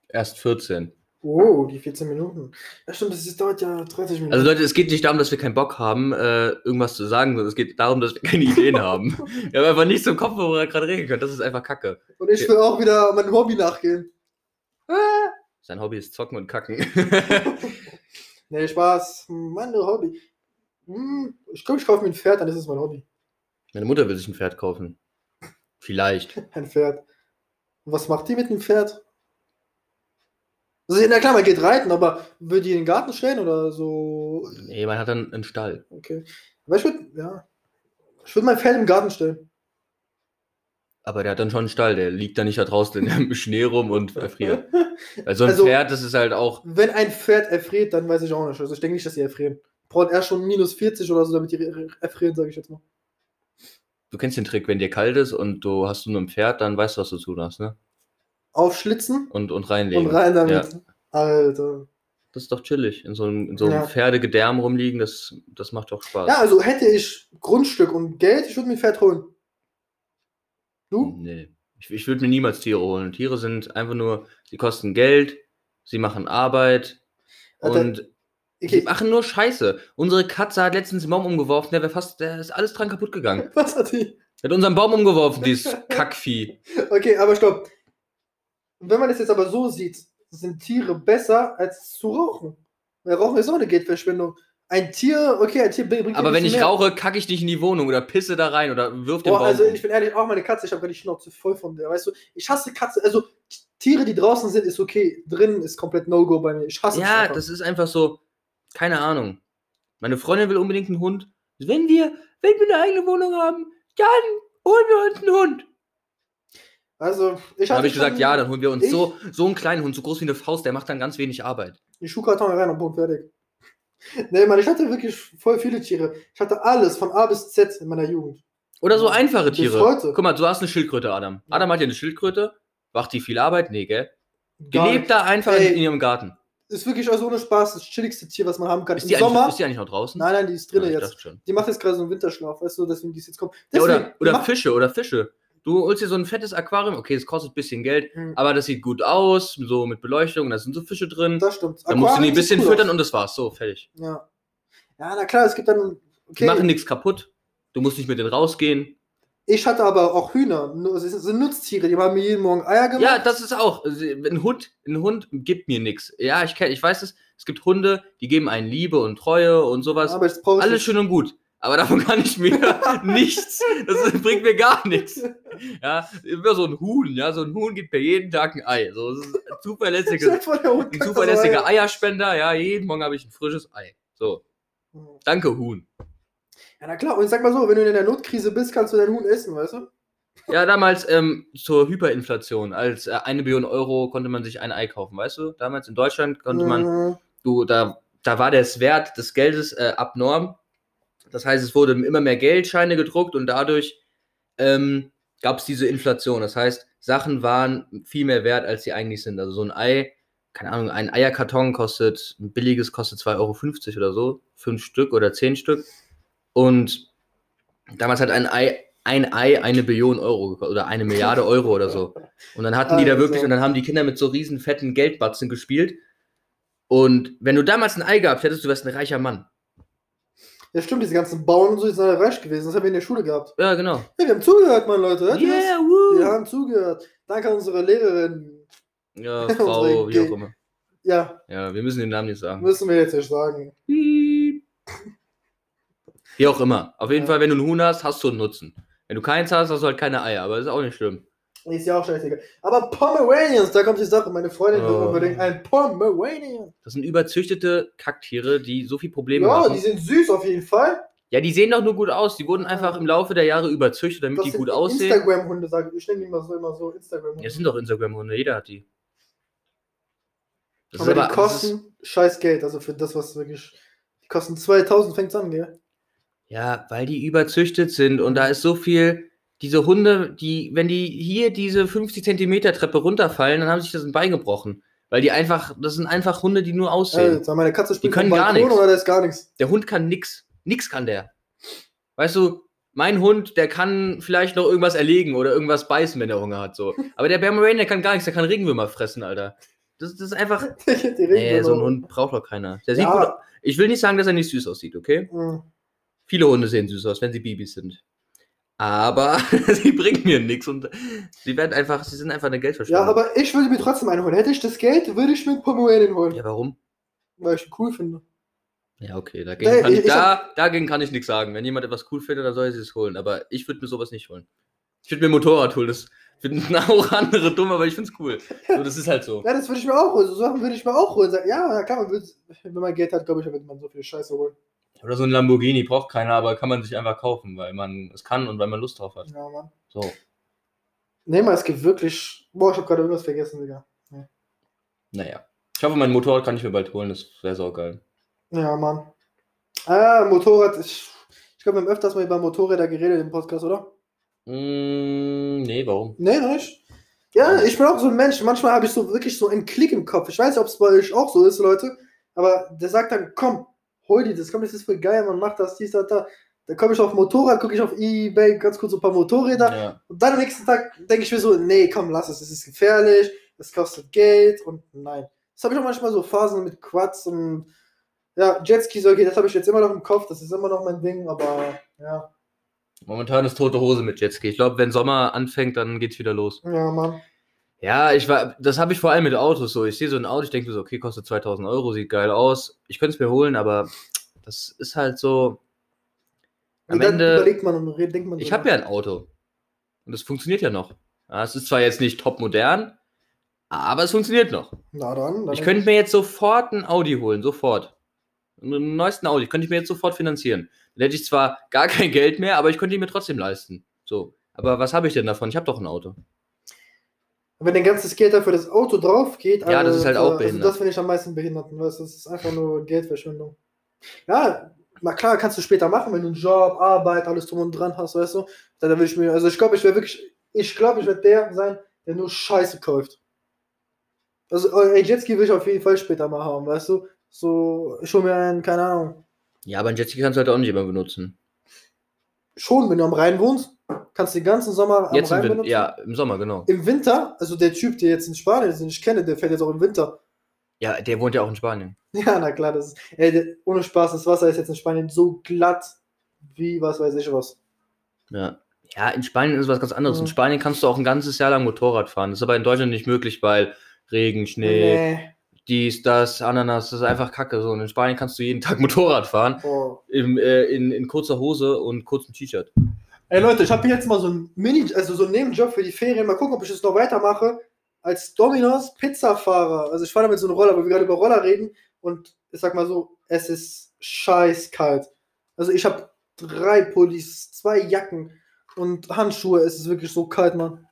Speaker 2: Erst 14.
Speaker 1: Oh, die 14 Minuten. Ja, stimmt, das ist, dauert ja 30 Minuten.
Speaker 2: Also Leute, es geht nicht darum, dass wir keinen Bock haben, äh, irgendwas zu sagen, sondern es geht darum, dass wir keine Ideen haben. Wir haben einfach nichts im Kopf, worüber wir gerade reden können. Das ist einfach Kacke.
Speaker 1: Und ich will auch wieder meinem Hobby nachgehen.
Speaker 2: Sein Hobby ist zocken und kacken.
Speaker 1: Nee, Spaß. Mein Hobby. Hm, ich glaube, ich kaufe mir ein Pferd, dann ist es mein Hobby.
Speaker 2: Meine Mutter will sich ein Pferd kaufen. Vielleicht.
Speaker 1: Ein Pferd. Und was macht die mit dem Pferd? Also, na klar, man geht reiten, aber würde die in den Garten stellen oder so?
Speaker 2: Nee, man hat dann einen Stall.
Speaker 1: Okay. Aber ich würde, ja. Ich würde mein Pferd im Garten stellen.
Speaker 2: Aber der hat dann schon einen Stall, der liegt da nicht da draußen im Schnee rum und erfriert. Weil so ein
Speaker 1: Also-
Speaker 2: Pferd, das ist halt auch.
Speaker 1: Wenn ein Pferd erfriert, dann weiß ich auch nicht. Also ich denke nicht, dass sie erfrieren. Braucht er schon minus 40 oder so, damit die re- re- erfrieren, sage ich jetzt mal.
Speaker 2: Du kennst den Trick, wenn dir kalt ist und du hast nur ein Pferd, dann weißt du, was du tun hast, ne?
Speaker 1: Aufschlitzen
Speaker 2: Und, und reinlegen.
Speaker 1: und rein damit. Alter.
Speaker 2: Das ist doch chillig. In so einem, in so einem
Speaker 1: Ja.
Speaker 2: Pferdegedärm rumliegen, das, das macht doch Spaß.
Speaker 1: Ja, also hätte ich Grundstück und Geld, ich würde mir ein Pferd holen. Du?
Speaker 2: Nee. Ich, ich würde mir niemals Tiere holen. Tiere sind einfach nur, sie kosten Geld, sie machen Arbeit
Speaker 1: Alter,
Speaker 2: und sie
Speaker 1: Okay.
Speaker 2: machen nur Scheiße. Unsere Katze hat letztens einen Baum umgeworfen, der wäre fast, der ist alles dran kaputt gegangen.
Speaker 1: Was hat die?
Speaker 2: Der hat unseren Baum umgeworfen, dieses Kackvieh.
Speaker 1: Okay, aber stopp. Wenn man das jetzt aber so sieht, sind Tiere besser als zu rauchen. Weil Rauchen ist auch eine Geldverschwendung. Ein Tier, okay, ein Tier bringt. bringt dir
Speaker 2: Aber
Speaker 1: ein
Speaker 2: wenn
Speaker 1: bisschen
Speaker 2: ich
Speaker 1: mehr.
Speaker 2: rauche, kacke ich nicht in die Wohnung oder pisse da rein oder wirf den
Speaker 1: Boah,
Speaker 2: Baum
Speaker 1: also
Speaker 2: um.
Speaker 1: ich bin ehrlich, auch meine Katze, ich habe gerade die Schnauze voll von der, weißt du? Ich hasse Katze, also T- Tiere, die draußen sind, ist okay. Drinnen ist komplett No-Go bei mir. Ich hasse es
Speaker 2: Ja,
Speaker 1: einfach.
Speaker 2: das ist einfach so, keine Ahnung. Meine Freundin will unbedingt einen Hund. Wenn wir, wenn wir eine eigene Wohnung haben, dann holen wir uns einen Hund.
Speaker 1: Also, ich
Speaker 2: Dann
Speaker 1: hatte
Speaker 2: habe ich gesagt,
Speaker 1: schon
Speaker 2: ja, dann holen wir uns
Speaker 1: Ich-
Speaker 2: so, so einen kleinen Hund, so groß wie eine Faust, der macht dann ganz wenig Arbeit.
Speaker 1: Den Schuhkarton rein und Punkt, fertig. Nee, Mann, ich hatte wirklich voll viele Tiere. Ich hatte alles von A bis Z in meiner Jugend.
Speaker 2: Oder so
Speaker 1: Ja.
Speaker 2: einfache
Speaker 1: Bis
Speaker 2: Tiere.
Speaker 1: heute.
Speaker 2: Guck mal, du hast eine Schildkröte, Adam.
Speaker 1: Ja.
Speaker 2: Adam hat ja eine Schildkröte. Macht die viel Arbeit? Nee, gell? Die
Speaker 1: Gar
Speaker 2: lebt da einfach
Speaker 1: Ey.
Speaker 2: in in ihrem Garten.
Speaker 1: ist wirklich also ohne Spaß das chilligste Tier, was man haben kann.
Speaker 2: Ist
Speaker 1: Im
Speaker 2: die, eigentlich,
Speaker 1: Sommer.
Speaker 2: ist die eigentlich noch draußen?
Speaker 1: Nein, nein, die ist drinnen
Speaker 2: Ja, ich
Speaker 1: jetzt.
Speaker 2: dachte schon.
Speaker 1: Die macht jetzt gerade so einen Winterschlaf, weißt du, deswegen die ist jetzt kommt.
Speaker 2: Ja,
Speaker 1: Deswegen,
Speaker 2: oder oder
Speaker 1: macht,
Speaker 2: Fische, oder Fische. Du holst dir so ein fettes Aquarium, okay, es kostet ein bisschen Geld,
Speaker 1: Mhm.
Speaker 2: aber das sieht gut aus, so mit Beleuchtung, da sind so Fische drin.
Speaker 1: Das stimmt.
Speaker 2: Da musst du die ein
Speaker 1: Aquarium sieht
Speaker 2: bisschen
Speaker 1: cool
Speaker 2: füttern
Speaker 1: aus.
Speaker 2: und das war's. So, fertig.
Speaker 1: Ja. ja, na klar, es gibt dann.
Speaker 2: Die machen
Speaker 1: Okay.
Speaker 2: nichts kaputt. Du musst nicht mit denen rausgehen.
Speaker 1: Ich hatte aber auch Hühner. Nur- Es sind Nutztiere, die haben mir jeden Morgen Eier gemacht.
Speaker 2: Ja, das ist auch. also, Ein Hund, ein Hund gibt mir nichts. Ja, ich, kenn, ich weiß es. Es gibt Hunde, die geben einen Liebe und Treue und sowas.
Speaker 1: aber jetzt brauche ich
Speaker 2: Alles
Speaker 1: nicht.
Speaker 2: schön und gut. Aber davon kann ich mir nichts. Das bringt mir gar nichts. Ja, immer so ein Huhn. Ja, so ein Huhn gibt mir jeden Tag ein Ei. So, das ist ein
Speaker 1: Stell dir
Speaker 2: zuverlässiges,
Speaker 1: vor, der Hund
Speaker 2: ein
Speaker 1: kackt das
Speaker 2: zuverlässiger
Speaker 1: Ei.
Speaker 2: Eierspender. Ja, jeden Morgen habe ich ein frisches Ei. So,
Speaker 1: Ja,
Speaker 2: danke Huhn.
Speaker 1: na klar, und ich sag mal so, wenn du in der Notkrise bist, kannst du deinen Huhn essen, weißt du?
Speaker 2: Ja, damals ähm, zur Hyperinflation. Als äh, eine Billion Euro konnte man sich ein Ei kaufen, weißt du? Damals in Deutschland konnte man,
Speaker 1: Mhm.
Speaker 2: du, da, da war das Wert des Geldes äh, abnorm. Das heißt, es wurden immer mehr Geldscheine gedruckt und dadurch ähm, gab es diese Inflation. Das heißt, Sachen waren viel mehr wert, als sie eigentlich sind. Also so ein Ei, keine Ahnung, ein Eierkarton kostet, ein billiges kostet 2,50 Euro oder so, fünf Stück oder zehn Stück. Und damals hat ein Ei, ein Ei eine Billion Euro gekostet oder eine Milliarde Euro oder so. Und dann hatten die da wirklich,
Speaker 1: Also.
Speaker 2: und dann haben die Kinder mit so riesen fetten Geldbatzen gespielt. Und wenn du damals ein Ei gehabt hättest, du wärst ein reicher Mann.
Speaker 1: Ja, stimmt, diese ganzen Bauern und so, die sind alle reich gewesen. Das haben wir in der Schule gehabt.
Speaker 2: Ja, genau.
Speaker 1: Ja, wir haben zugehört, meine Leute. Hört ihr das?
Speaker 2: Yeah, woo.
Speaker 1: Wir haben zugehört. Danke an unsere Lehrerin.
Speaker 2: Ja,
Speaker 1: Unsere
Speaker 2: Frau, wie
Speaker 1: Ge-
Speaker 2: auch immer.
Speaker 1: Ja,
Speaker 2: Ja, wir müssen den Namen nicht sagen.
Speaker 1: müssen wir jetzt nicht sagen.
Speaker 2: Piep. Wie auch immer. Auf jeden
Speaker 1: Ja.
Speaker 2: Fall, wenn du einen Huhn hast, hast du einen Nutzen. Wenn du keins hast, hast du halt keine Eier, aber das ist auch nicht schlimm.
Speaker 1: Ist ja auch scheißegal. Aber Pomeranians, da kommt die Sache. Meine Freundin will
Speaker 2: Oh.
Speaker 1: unbedingt ein Pomeranian.
Speaker 2: Das sind überzüchtete Kacktiere, die so viel Probleme
Speaker 1: Ja,
Speaker 2: machen.
Speaker 1: die sind süß auf jeden Fall.
Speaker 2: ja, die sehen doch nur gut aus. Die wurden einfach im Laufe der Jahre überzüchtet, damit
Speaker 1: Das
Speaker 2: die
Speaker 1: sind
Speaker 2: gut aussehen.
Speaker 1: Instagram-Hunde, sage ich. Ich nenne die immer so, immer so Instagram-Hunde.
Speaker 2: Ja, das sind doch Instagram-Hunde, jeder hat die. Das
Speaker 1: aber
Speaker 2: ist
Speaker 1: die
Speaker 2: das ist-
Speaker 1: kosten scheiß Geld. Also für das, was wirklich... Die kosten 2000, fängt's an, gell?
Speaker 2: Ja, weil die überzüchtet sind und da ist so viel. Diese Hunde, die, wenn die hier diese 50 Zentimeter Treppe runterfallen, dann haben sich das ein Bein gebrochen. Weil die einfach, das sind einfach Hunde, die nur aussehen.
Speaker 1: Alter, meine Katze springt
Speaker 2: können
Speaker 1: vom
Speaker 2: gar
Speaker 1: Balkon
Speaker 2: nichts.
Speaker 1: oder da ist gar nichts.
Speaker 2: Der Hund kann nix. Nix kann der. Weißt du, mein Hund, der kann vielleicht noch irgendwas erlegen oder irgendwas beißen, wenn er Hunger hat. So. Aber der Bärmarain, der kann gar nichts, der kann Regenwürmer fressen, Alter. Das, das ist einfach.
Speaker 1: die reden
Speaker 2: Nee,
Speaker 1: nur
Speaker 2: so ein
Speaker 1: noch.
Speaker 2: Hund braucht doch keiner. Der sieht gut
Speaker 1: Ja, mm.
Speaker 2: Ich will nicht sagen, dass er nicht süß aussieht, okay?
Speaker 1: mh.
Speaker 2: Viele Hunde sehen süß aus, wenn sie Babys sind. Aber sie bringen mir nichts und sie werden einfach, sie sind einfach eine
Speaker 1: ja,
Speaker 2: Geldverschwendung.
Speaker 1: aber ich würde mir trotzdem einen holen. Hätte ich das Geld, würde ich mir einen Pomeranian holen.
Speaker 2: Ja, warum?
Speaker 1: Weil ich ihn cool finde.
Speaker 2: Ja, okay, dagegen,
Speaker 1: Nee,
Speaker 2: kann ich,
Speaker 1: ich- ich
Speaker 2: da, dagegen kann ich nichts sagen. Wenn jemand etwas cool findet, dann soll er sich es holen. Aber ich würde mir sowas nicht holen. Ich würde mir ein Motorrad holen. Das finden auch andere dumm, aber ich finde es cool. So, das ist halt so.
Speaker 1: Ja, das würde ich mir auch holen. So Sachen würde ich mir auch holen. Sag- Ja, na klar, man würde, wenn man Geld hat, glaube ich, würde man so viel Scheiße holen.
Speaker 2: Oder so ein Lamborghini braucht keiner, aber kann man sich einfach kaufen, weil man es kann und weil man Lust drauf hat.
Speaker 1: Ja, Mann.
Speaker 2: So.
Speaker 1: Nee, mal, es gibt wirklich. Boah, ich habe gerade irgendwas vergessen, Digga.
Speaker 2: Naja. Ich hoffe, mein Motorrad kann ich mir bald holen. Das wäre saugeil.
Speaker 1: Ja, Mann. Ah, Motorrad. Ich, ich glaube, wir haben öfters mal über Motorräder geredet im Podcast, oder?
Speaker 2: Mm, nee, warum?
Speaker 1: Nee, noch nicht. Ja, ich bin auch so ein Mensch. Manchmal habe ich so wirklich so einen Klick im Kopf. Ich weiß nicht, ob es bei euch auch so ist, Leute. Aber der sagt dann, komm, hol dir das, komm, das ist voll geil, man macht das, dies, das, da. Dann komme ich auf Motorrad, gucke ich auf Ebay, ganz kurz so ein paar Motorräder.
Speaker 2: Ja.
Speaker 1: Und dann am nächsten Tag denke ich mir so, nee, komm, lass es, es ist gefährlich, es kostet Geld und nein. Das habe ich auch manchmal so Phasen mit Quads und ja, Jetskis, okay, das habe ich jetzt immer noch im Kopf, das ist immer noch mein Ding, aber ja,
Speaker 2: Momentan ist tote Hose mit Jetski. Ich glaube, wenn Sommer anfängt, dann geht's wieder los.
Speaker 1: ja, Mann.
Speaker 2: Ja, ich war, das habe ich vor allem mit Autos so. Ich sehe so ein Auto, ich denke mir so, okay, kostet 2000 Euro, sieht geil aus. Ich könnte es mir holen, aber das ist halt so. Am
Speaker 1: Und dann
Speaker 2: Ende,
Speaker 1: überlegt man und red- denkt man
Speaker 2: ich
Speaker 1: so
Speaker 2: habe ja ein Auto. Und das funktioniert ja noch. Ja, es ist zwar jetzt nicht top modern, aber es funktioniert noch.
Speaker 1: Na dann, dann
Speaker 2: Ich könnte mir jetzt sofort einen Audi holen, sofort. Einen neuesten Audi, könnte ich mir jetzt sofort finanzieren. Dann hätte ich zwar gar kein Geld mehr, aber ich könnte ihn mir trotzdem leisten. So. Aber was habe ich denn davon? Ich habe doch ein Auto.
Speaker 1: Wenn dein ganzes Geld dafür das Auto drauf geht,
Speaker 2: Ja, das ist halt auch
Speaker 1: also
Speaker 2: behindert.
Speaker 1: das finde ich am meisten behinderten, weißt du, das ist einfach nur Geldverschwendung. Ja, na klar, kannst du später machen, wenn du einen Job, Arbeit, alles drum und dran hast, weißt du. Dann würde ich mir, also ich glaube, ich wäre wirklich, ich glaube, ich werde der sein, der nur Scheiße kauft. Also ein Jetski will ich auf jeden Fall später mal haben, weißt du. So, ich hole mir einen, keine Ahnung.
Speaker 2: Ja, aber ein Jetski kannst du halt auch nicht immer benutzen.
Speaker 1: Schon, wenn du am Rhein wohnst, kannst du den ganzen Sommer am
Speaker 2: jetzt im
Speaker 1: Rhein
Speaker 2: Winter.
Speaker 1: benutzen.
Speaker 2: Ja, im Sommer, genau.
Speaker 1: Im Winter, also der Typ, der jetzt in Spanien ist, den ich kenne, der fährt jetzt auch im Winter.
Speaker 2: Ja, der wohnt ja auch in Spanien.
Speaker 1: Ja, na klar, das ist. Ey, de- ohne Spaß, das Wasser ist jetzt in Spanien so glatt wie was weiß ich was.
Speaker 2: Ja. Ja, in Spanien ist was ganz anderes. In
Speaker 1: Mhm.
Speaker 2: Spanien kannst du auch ein ganzes Jahr lang Motorrad fahren. Das ist aber in Deutschland nicht möglich, weil Regen, Schnee, dies, das, Ananas, das ist einfach Kacke. So. Und in Spanien kannst du jeden Tag Motorrad fahren.
Speaker 1: Boah.
Speaker 2: Im, äh, in, in kurzer Hose und kurzem T-Shirt.
Speaker 1: Ey Leute, ich habe jetzt mal so ein Mini, also so einen Nebenjob für die Ferien. Mal gucken, ob ich das noch weitermache. Als Dominos Pizzafahrer. Also ich fahre damit so einen Roller, weil wir gerade über Roller reden. Und ich sag mal so, es ist scheiß kalt. Also ich habe drei Pullis, zwei Jacken und Handschuhe. Es ist wirklich so kalt, Mann.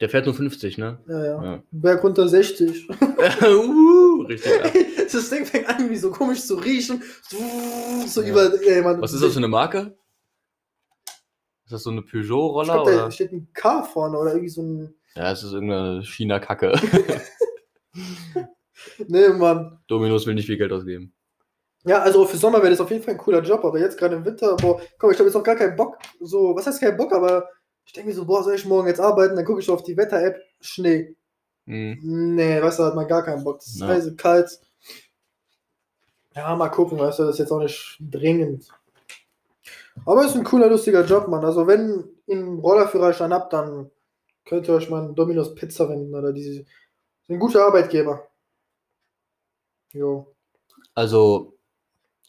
Speaker 2: Der fährt nur 50, ne?
Speaker 1: Ja, ja.
Speaker 2: Ja.
Speaker 1: Berg runter 60.
Speaker 2: uh, richtig. Ja.
Speaker 1: Das Ding fängt an, wie so komisch zu riechen. So
Speaker 2: Ja.
Speaker 1: über. äh, Ey, Mann,
Speaker 2: Was ist das für eine Marke? Ist das so eine
Speaker 1: Ich
Speaker 2: Peugeot-Roller?
Speaker 1: glaub, da
Speaker 2: oder?
Speaker 1: steht ein K vorne oder irgendwie so ein.
Speaker 2: Ja, es ist irgendeine China-Kacke.
Speaker 1: Nee, ne, Mann.
Speaker 2: Dominus will nicht viel Geld ausgeben.
Speaker 1: Ja, also für Sommer wäre das auf jeden Fall ein cooler Job, aber jetzt gerade im Winter, boah, komm, ich habe jetzt auch gar keinen Bock. So, was heißt keinen Bock, aber ich denke mir so, boah, soll ich morgen jetzt arbeiten? Dann gucke ich auf die Wetter-App, Schnee.
Speaker 2: Mhm.
Speaker 1: Nee, weißt du, da hat man gar keinen Bock. Das ist
Speaker 2: Ja.
Speaker 1: heiße, kalt. Ja, mal gucken, weißt du, das ist jetzt auch nicht dringend. Aber ist ein cooler, lustiger Job, Mann. Also, wenn ihr einen Rollerführerschein habt, dann könnt ihr euch mal einen Domino's Pizza wenden oder diese. Sind ein guter Arbeitgeber. Jo.
Speaker 2: Also,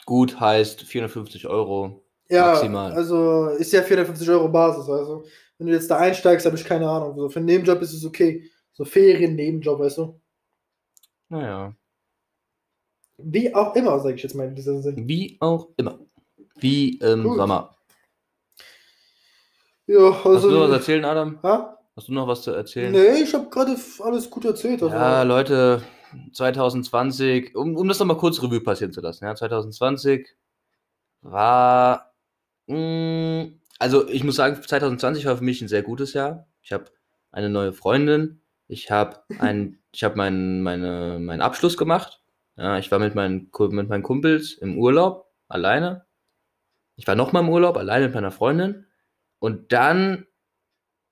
Speaker 2: gut heißt 450 Euro.
Speaker 1: Ja,
Speaker 2: Maximal.
Speaker 1: also ist ja 450 Euro Basis. Also, wenn du jetzt da einsteigst, habe ich keine Ahnung. So, für einen Nebenjob ist es okay. So Ferien-Nebenjob, weißt du?
Speaker 2: Naja.
Speaker 1: Wie auch immer, sage ich jetzt mal in diesem Sinne.
Speaker 2: Wie auch immer. Wie ähm, im
Speaker 1: Gut.
Speaker 2: Sommer.
Speaker 1: Ja,
Speaker 2: Hast du noch was
Speaker 1: also.
Speaker 2: erzählen, Adam?
Speaker 1: Ha?
Speaker 2: Hast du noch was zu erzählen?
Speaker 1: Nee, ich habe gerade f- alles gut erzählt. Also,
Speaker 2: Ja, Leute, 2020, um, um das nochmal kurz Revue passieren zu lassen, ja, 2020 war, mm, also ich muss sagen, 2020 war für mich ein sehr gutes Jahr. Ich habe eine neue Freundin, ich habe einen, ich habe meinen, meine, meinen Abschluss gemacht. Ja, ich war mit meinen, Ku- mit meinen Kumpels im Urlaub, alleine. Ich war nochmal im Urlaub, alleine mit meiner Freundin. Und dann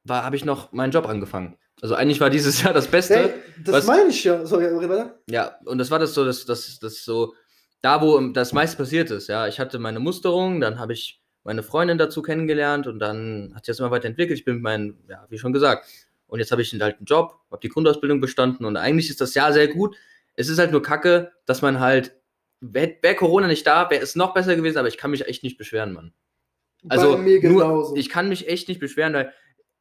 Speaker 2: habe ich noch meinen Job angefangen. Also eigentlich war dieses Jahr das Beste.
Speaker 1: Ey, das
Speaker 2: was-
Speaker 1: meine ich ja. Sorry, aber weiter.
Speaker 2: Ja, und das war das so, das, das, das so, da wo das meiste passiert ist, ja. Ich hatte meine Musterung, dann habe ich meine Freundin dazu kennengelernt und dann hat sich das immer weiterentwickelt. Ich bin mit meinen, ja, wie schon gesagt. Und jetzt habe ich einen alten Job, habe die Grundausbildung bestanden und eigentlich ist das Jahr sehr gut. Es ist halt nur kacke, dass man halt, wäre wär Corona nicht da, wäre es noch besser gewesen, aber ich kann mich echt nicht beschweren, Mann. Also
Speaker 1: Bei mir genauso.
Speaker 2: nur, ich kann mich echt nicht beschweren, weil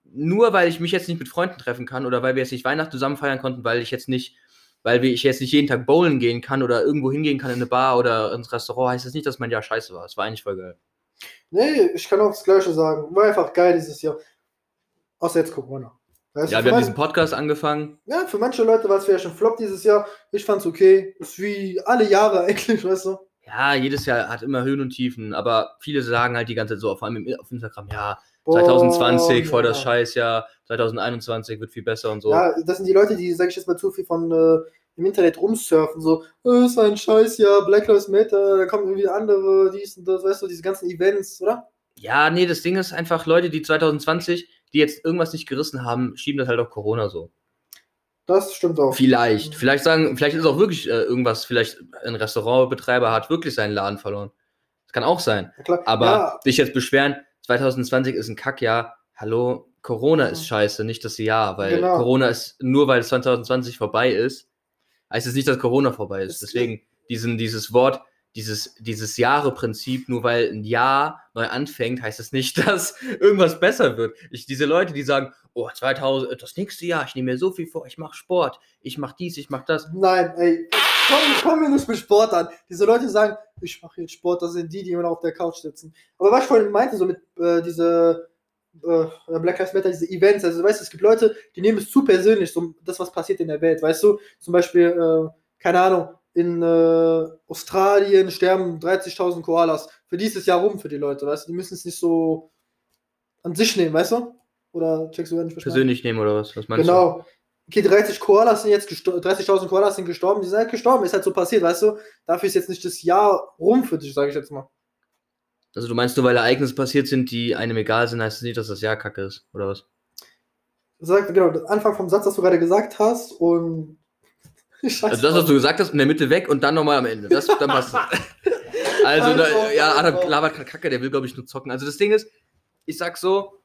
Speaker 2: nur weil ich mich jetzt nicht mit Freunden treffen kann oder weil wir jetzt nicht Weihnachten zusammen feiern konnten, weil ich jetzt nicht, weil wir- ich jetzt nicht jeden Tag bowlen gehen kann oder irgendwo hingehen kann in eine Bar oder ins Restaurant, heißt das nicht, dass mein Jahr scheiße war. Es war eigentlich voll geil.
Speaker 1: nee, ich kann auch das Gleiche sagen. War einfach geil dieses Jahr. Außer jetzt Corona. Weißt
Speaker 2: Ja,
Speaker 1: du,
Speaker 2: wir
Speaker 1: für
Speaker 2: haben
Speaker 1: manche-
Speaker 2: diesen Podcast angefangen.
Speaker 1: ja, für manche Leute war es vielleicht schon Flop dieses Jahr. Ich fand's okay. Ist wie alle Jahre eigentlich, weißt du?
Speaker 2: Ja, jedes Jahr hat immer Höhen und Tiefen, aber viele sagen halt die ganze Zeit so, vor allem im- auf Instagram, ja, 2020,
Speaker 1: Boah,
Speaker 2: voll das
Speaker 1: Oh, ja.
Speaker 2: Scheißjahr, 2021 wird viel besser und so.
Speaker 1: Ja, das sind die Leute, die, sag ich jetzt mal, zu viel von äh, im Internet rumsurfen, so, äh, ist ein Scheißjahr, Black Lives Matter, da kommen wieder andere, dies und das, weißt du, diese ganzen Events, oder?
Speaker 2: Ja, nee, das Ding ist einfach, Leute, die 2020, die jetzt irgendwas nicht gerissen haben, schieben das halt auf Corona so.
Speaker 1: Das stimmt auch.
Speaker 2: Vielleicht. Vielleicht sagen, vielleicht ist auch wirklich äh, irgendwas, vielleicht ein Restaurantbetreiber hat wirklich seinen Laden verloren. Das kann auch sein.
Speaker 1: Ja, klar.
Speaker 2: Aber
Speaker 1: ja,
Speaker 2: dich jetzt beschweren, 2020 ist ein Kackjahr. Hallo, Corona ist
Speaker 1: Mhm.
Speaker 2: scheiße, nicht das Jahr, weil
Speaker 1: Genau.
Speaker 2: Corona ist nur weil es 2020 vorbei ist, heißt es nicht, dass Corona vorbei ist.
Speaker 1: Es-
Speaker 2: Deswegen diesen, dieses Wort, dieses, dieses Jahre-Prinzip, nur weil ein Jahr neu anfängt, heißt es nicht, dass irgendwas besser wird. Ich, diese Leute, die sagen, oh, 2000, das nächste Jahr, ich nehme mir so viel vor, ich mache Sport, ich mache dies, ich mache das.
Speaker 1: nein, ey, komm, komm mir nicht mit Sport an. Diese Leute sagen, ich mache jetzt Sport, das sind die, die immer noch auf der Couch sitzen. Aber was ich vorhin meinte, so mit äh, diese äh, Black Lives Matter, diese Events, also weißt du, es gibt Leute, die nehmen es zu persönlich, so das, was passiert in der Welt, weißt du, zum Beispiel, äh, keine Ahnung, in äh, Australien sterben 30.000 Koalas. Für dieses Jahr rum für die Leute, weißt du, die müssen es nicht so an sich nehmen, weißt du? Oder checkst du, was ich meine?
Speaker 2: Persönlich nehmen oder was? Was meinst
Speaker 1: Genau. Okay, 30 Koalas sind jetzt gestorben, 30.000 Koalas sind gestorben, die sind halt gestorben, ist halt so passiert, weißt du? Dafür ist jetzt nicht das Jahr rum für dich, sage ich jetzt mal.
Speaker 2: du? Also du meinst nur, weil Ereignisse passiert sind, die einem egal sind, heißt es nicht, dass das Jahr kacke ist, oder was?
Speaker 1: Sag, genau, das Anfang vom Satz, das du gerade gesagt hast und. Scheiße.
Speaker 2: Also das, was du gesagt hast, in der Mitte weg und dann nochmal am Ende. Das, dann passt es. Also, da, ja, Adam labert gerade Kacke, der will, glaube ich, nur zocken. Also das Ding ist, ich sag so,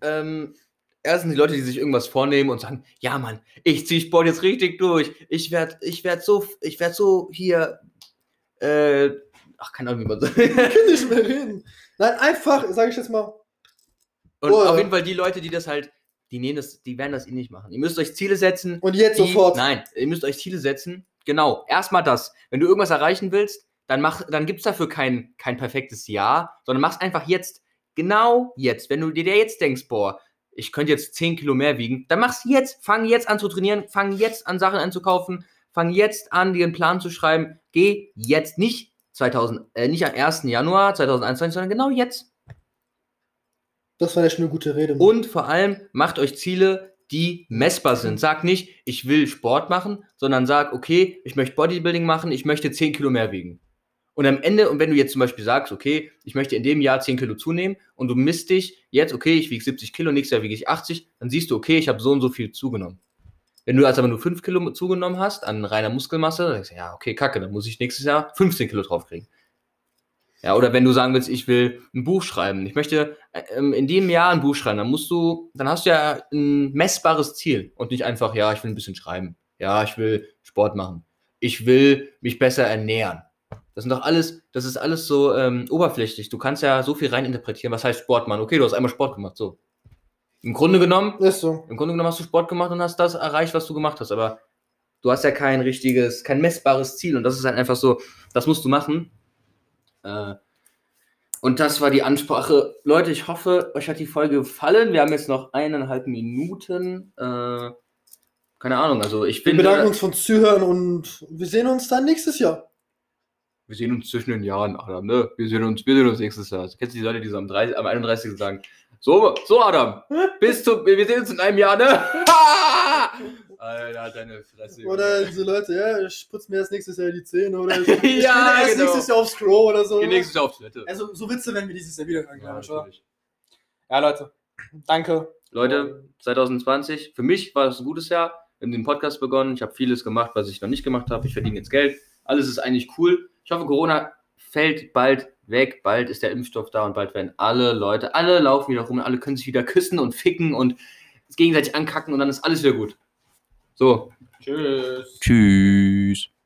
Speaker 2: ähm, erstens die Leute, die sich irgendwas vornehmen und sagen, ja, Mann, ich zieh Sport jetzt richtig durch. Ich werd, ich werd so, ich werd so hier, äh, ach, keine Ahnung, wie man sagt.
Speaker 1: kann nicht mehr reden. Nein, einfach, sage ich jetzt mal.
Speaker 2: Und
Speaker 1: Boah.
Speaker 2: auf jeden Fall die Leute, die das halt, die nehmen das, die werden das eh nicht machen. Ihr müsst euch Ziele setzen,
Speaker 1: Und jetzt
Speaker 2: Die-
Speaker 1: sofort.
Speaker 2: Nein, ihr müsst euch Ziele setzen. Genau, erstmal das. Wenn du irgendwas erreichen willst, dann, mach, dann gibt es dafür kein, kein perfektes Ja, sondern mach's einfach jetzt. Genau jetzt. Wenn du dir jetzt denkst, boah, ich könnte jetzt 10 Kilo mehr wiegen, dann mach's jetzt. Fang jetzt an zu trainieren, fang jetzt an Sachen einzukaufen, fang jetzt an, dir einen Plan zu schreiben. Geh jetzt nicht 2000, äh, nicht am 1. Januar 2021, sondern genau jetzt.
Speaker 1: Das war echt eine gute Rede. Mann.
Speaker 2: Und vor allem macht euch Ziele, die messbar sind. Sagt nicht, ich will Sport machen, sondern sag, okay, ich möchte Bodybuilding machen, ich möchte 10 Kilo mehr wiegen. Und am Ende, und wenn du jetzt zum Beispiel sagst, okay, ich möchte in dem Jahr 10 Kilo zunehmen und du misst dich jetzt, okay, ich wiege 70 Kilo, nächstes Jahr wiege ich 80, dann siehst du, okay, ich habe so und so viel zugenommen. Wenn du also aber nur 5 Kilo zugenommen hast an reiner Muskelmasse, dann denkst du, ja, okay, kacke, dann muss ich nächstes Jahr 15 Kilo draufkriegen. Ja, oder wenn du sagen willst, ich will ein Buch schreiben, ich möchte äh, ähm, in dem Jahr ein Buch schreiben, dann musst du, dann hast du ja ein messbares Ziel und nicht einfach, ja, ich will ein bisschen schreiben, ja, ich will Sport machen, ich will mich besser ernähren. Das sind doch alles, das ist alles so ähm, oberflächlich. Du kannst ja so viel reininterpretieren, was heißt Sport machen? Okay, du hast einmal Sport gemacht, so. Im Grunde genommen
Speaker 1: Ist so.
Speaker 2: im Grunde genommen hast du Sport gemacht und hast das erreicht, was du gemacht hast, aber du hast ja kein richtiges, kein messbares Ziel und das ist halt einfach so, das musst du machen. Äh, und das war die Ansprache. Leute, ich hoffe, euch hat die Folge gefallen. Wir haben jetzt noch eineinhalb Minuten. Äh, keine Ahnung, also ich
Speaker 1: Wir
Speaker 2: bin.
Speaker 1: bedanken uns von Zuhören und wir sehen uns dann nächstes Jahr.
Speaker 2: Wir sehen uns zwischen den Jahren, Adam, ne? Wir sehen uns, wir sehen uns nächstes Jahr. Also, Kennst du die Leute, die so am, 30, am 31. sagen, so, so Adam, bis zum, wir sehen uns in einem Jahr, ne? Alter, halt deine Fresse.
Speaker 1: Oder diese Leute, ja, ich putze mir erst nächstes Jahr die Zähne oder ich, ich bin
Speaker 2: Ja,
Speaker 1: erst
Speaker 2: genau.
Speaker 1: nächstes Jahr aufs Klo oder so.
Speaker 2: Geh nächstes Jahr auf Toilette.
Speaker 4: Also, so Witze werden wir dieses Jahr wieder hören, glaube ich, oder?
Speaker 2: natürlich.
Speaker 4: Ja, Leute. Danke.
Speaker 2: Leute, 2020, für mich war das ein gutes Jahr. Wir haben den Podcast begonnen. Ich habe vieles gemacht, was ich noch nicht gemacht habe. Ich verdiene jetzt Geld. Alles ist eigentlich cool. Ich hoffe, Corona fällt bald weg. Bald ist der Impfstoff da und bald werden alle Leute, alle laufen wieder rum und alle können sich wieder küssen und ficken und gegenseitig ankacken und dann ist alles wieder gut. So.
Speaker 4: Tschüss.
Speaker 2: Tschüss.